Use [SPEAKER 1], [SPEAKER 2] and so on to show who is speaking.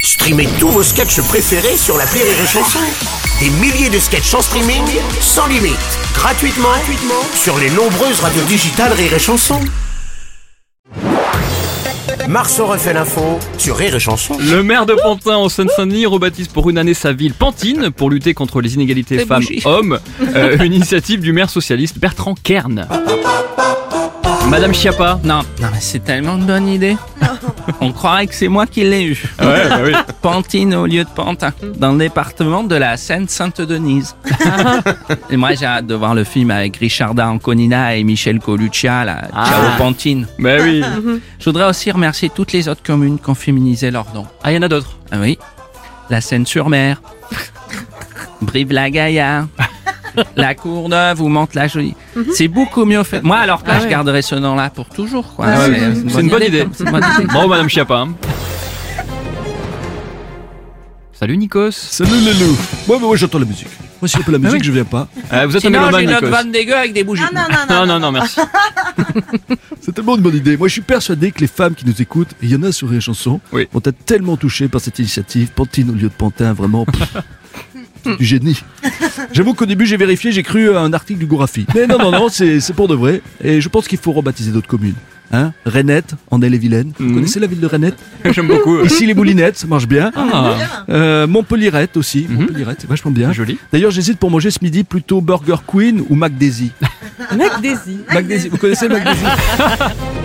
[SPEAKER 1] Streamez tous vos sketchs préférés sur la Rire et Chanson. Des milliers de sketchs en streaming, sans limite, gratuitement, gratuitement sur les nombreuses radios digitales Rire et Chanson. Marceau refait l'info sur Rire et Chanson.
[SPEAKER 2] Le maire de Pantin en Seine-Saint-Denis rebaptise pour une année sa ville Pantine pour lutter contre les inégalités
[SPEAKER 3] C'est
[SPEAKER 2] femmes-hommes, Euh, une initiative du maire socialiste Bertrand Kern. Madame Chiappa
[SPEAKER 3] Non, non mais c'est tellement une bonne idée. On croirait que c'est moi qui l'ai eu.
[SPEAKER 2] Ouais, Hum. bah oui.
[SPEAKER 3] Pantine au lieu de Pantin, dans le département de la Seine-Sainte-Denise.
[SPEAKER 2] Ah.
[SPEAKER 3] et moi j'ai hâte de voir le film avec Richarda Anconina et Michel Coluccia, là,
[SPEAKER 2] Ah.
[SPEAKER 3] Ciao Pantine.
[SPEAKER 2] Bah oui.
[SPEAKER 3] Je voudrais aussi remercier toutes les autres communes qui ont féminisé leurs dons.
[SPEAKER 2] Ah, il y en a d'autres.
[SPEAKER 3] Ah oui, la Seine-sur-Mer, Brive-la-Gaillarde, la Courneuve ou Mantes-la-Jolie.
[SPEAKER 2] Mhm.
[SPEAKER 3] C'est beaucoup mieux fait. Moi, alors là, je garderai ce nom-là pour toujours. quoi.
[SPEAKER 2] Ah ouais. C'est une bonne idée.
[SPEAKER 3] comme- c'est une Ah, bonne idée.
[SPEAKER 2] Bravo Madame hein. Chiappa. Salut Nikos.
[SPEAKER 4] Salut le loup Ouais, mais ouais, j'entends la musique. Moi, si j'ai
[SPEAKER 2] Ah
[SPEAKER 4] pas la musique, je viens pas.
[SPEAKER 2] Euh, vous êtes
[SPEAKER 3] Sinon,
[SPEAKER 2] un
[SPEAKER 3] j'ai
[SPEAKER 2] mélomane
[SPEAKER 3] une autre
[SPEAKER 2] Nikos.
[SPEAKER 3] vanne dégueu avec des bougies.
[SPEAKER 2] Non, non, non, merci.
[SPEAKER 4] C'est tellement une bonne idée. Moi, je suis persuadé que les femmes qui nous écoutent, et il y en a sur les chansons,
[SPEAKER 2] Oui.
[SPEAKER 4] vont être tellement touchées par cette initiative. Pantine au lieu de Pantin, vraiment. pff, c'est du génie. J'avoue qu'au début, j'ai vérifié, j'ai cru à un article du Gorafi. Mais non, non, non, c'est c'est pour de vrai. Et je pense qu'il faut rebaptiser d'autres communes. Hein Renette, en Ille-et-Vilaine. Vous
[SPEAKER 2] Mhm.
[SPEAKER 4] connaissez la ville de Renette
[SPEAKER 2] J'aime beaucoup. euh.
[SPEAKER 4] Ici, les boulinettes, ça marche bien.
[SPEAKER 2] Ah, Mhm.
[SPEAKER 4] Euh, Montpellierette aussi. Montpellierette, c'est vachement bien.
[SPEAKER 2] joli.
[SPEAKER 4] D'ailleurs, j'hésite pour manger ce midi plutôt Burger Queen ou McDaisy.
[SPEAKER 5] Mac Daisy.
[SPEAKER 4] McDaisy, vous connaissez le McDaisy